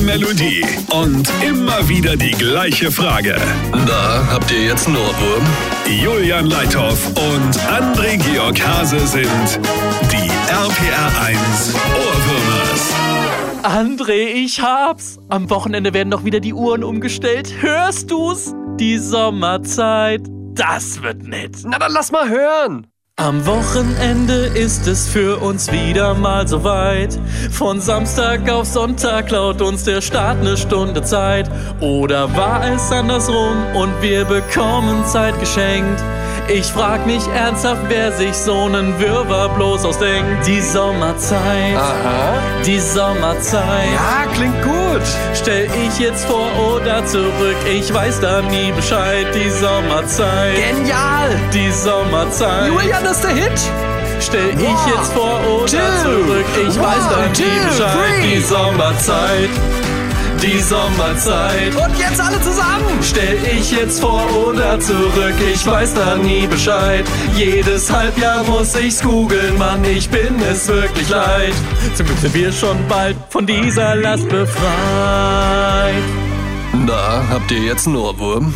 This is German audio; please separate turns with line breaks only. Melodie und immer wieder die gleiche Frage.
Na, habt ihr jetzt einen Ohrwurm?
Julian Leithoff und André Georg Hase sind die RPR1 Ohrwürmers.
André, ich hab's. Am Wochenende werden doch wieder die Uhren umgestellt. Hörst du's? Die Sommerzeit. Das wird nett.
Na dann lass mal hören.
Am Wochenende ist es für uns wieder mal soweit. Von Samstag auf Sonntag klaut uns der Staat eine Stunde Zeit. Oder war es andersrum und wir bekommen Zeit geschenkt? Ich frag mich ernsthaft, wer sich so nen Wirrwarr bloß ausdenkt. Die Sommerzeit,
Aha.
die Sommerzeit.
Ah. Ja, klingt gut.
Stell ich jetzt vor oder zurück, ich weiß da nie Bescheid. Die Sommerzeit,
Genial.
die Sommerzeit.
Julian ist der Hit.
Stell ich
One,
jetzt vor oder
two,
zurück, ich weiß da
one,
nie
two,
Bescheid.
three.
Die Sommerzeit, die Sommerzeit.
Und jetzt alle zusammen.
Stell ich jetzt vor oder zurück, ich weiß da nie Bescheid. Jedes Halbjahr muss ich's googeln, Mann, ich bin es wirklich leid. Zum Glück sind wir schon bald von dieser Last befreit.
Na, habt ihr jetzt einen Ohrwurm?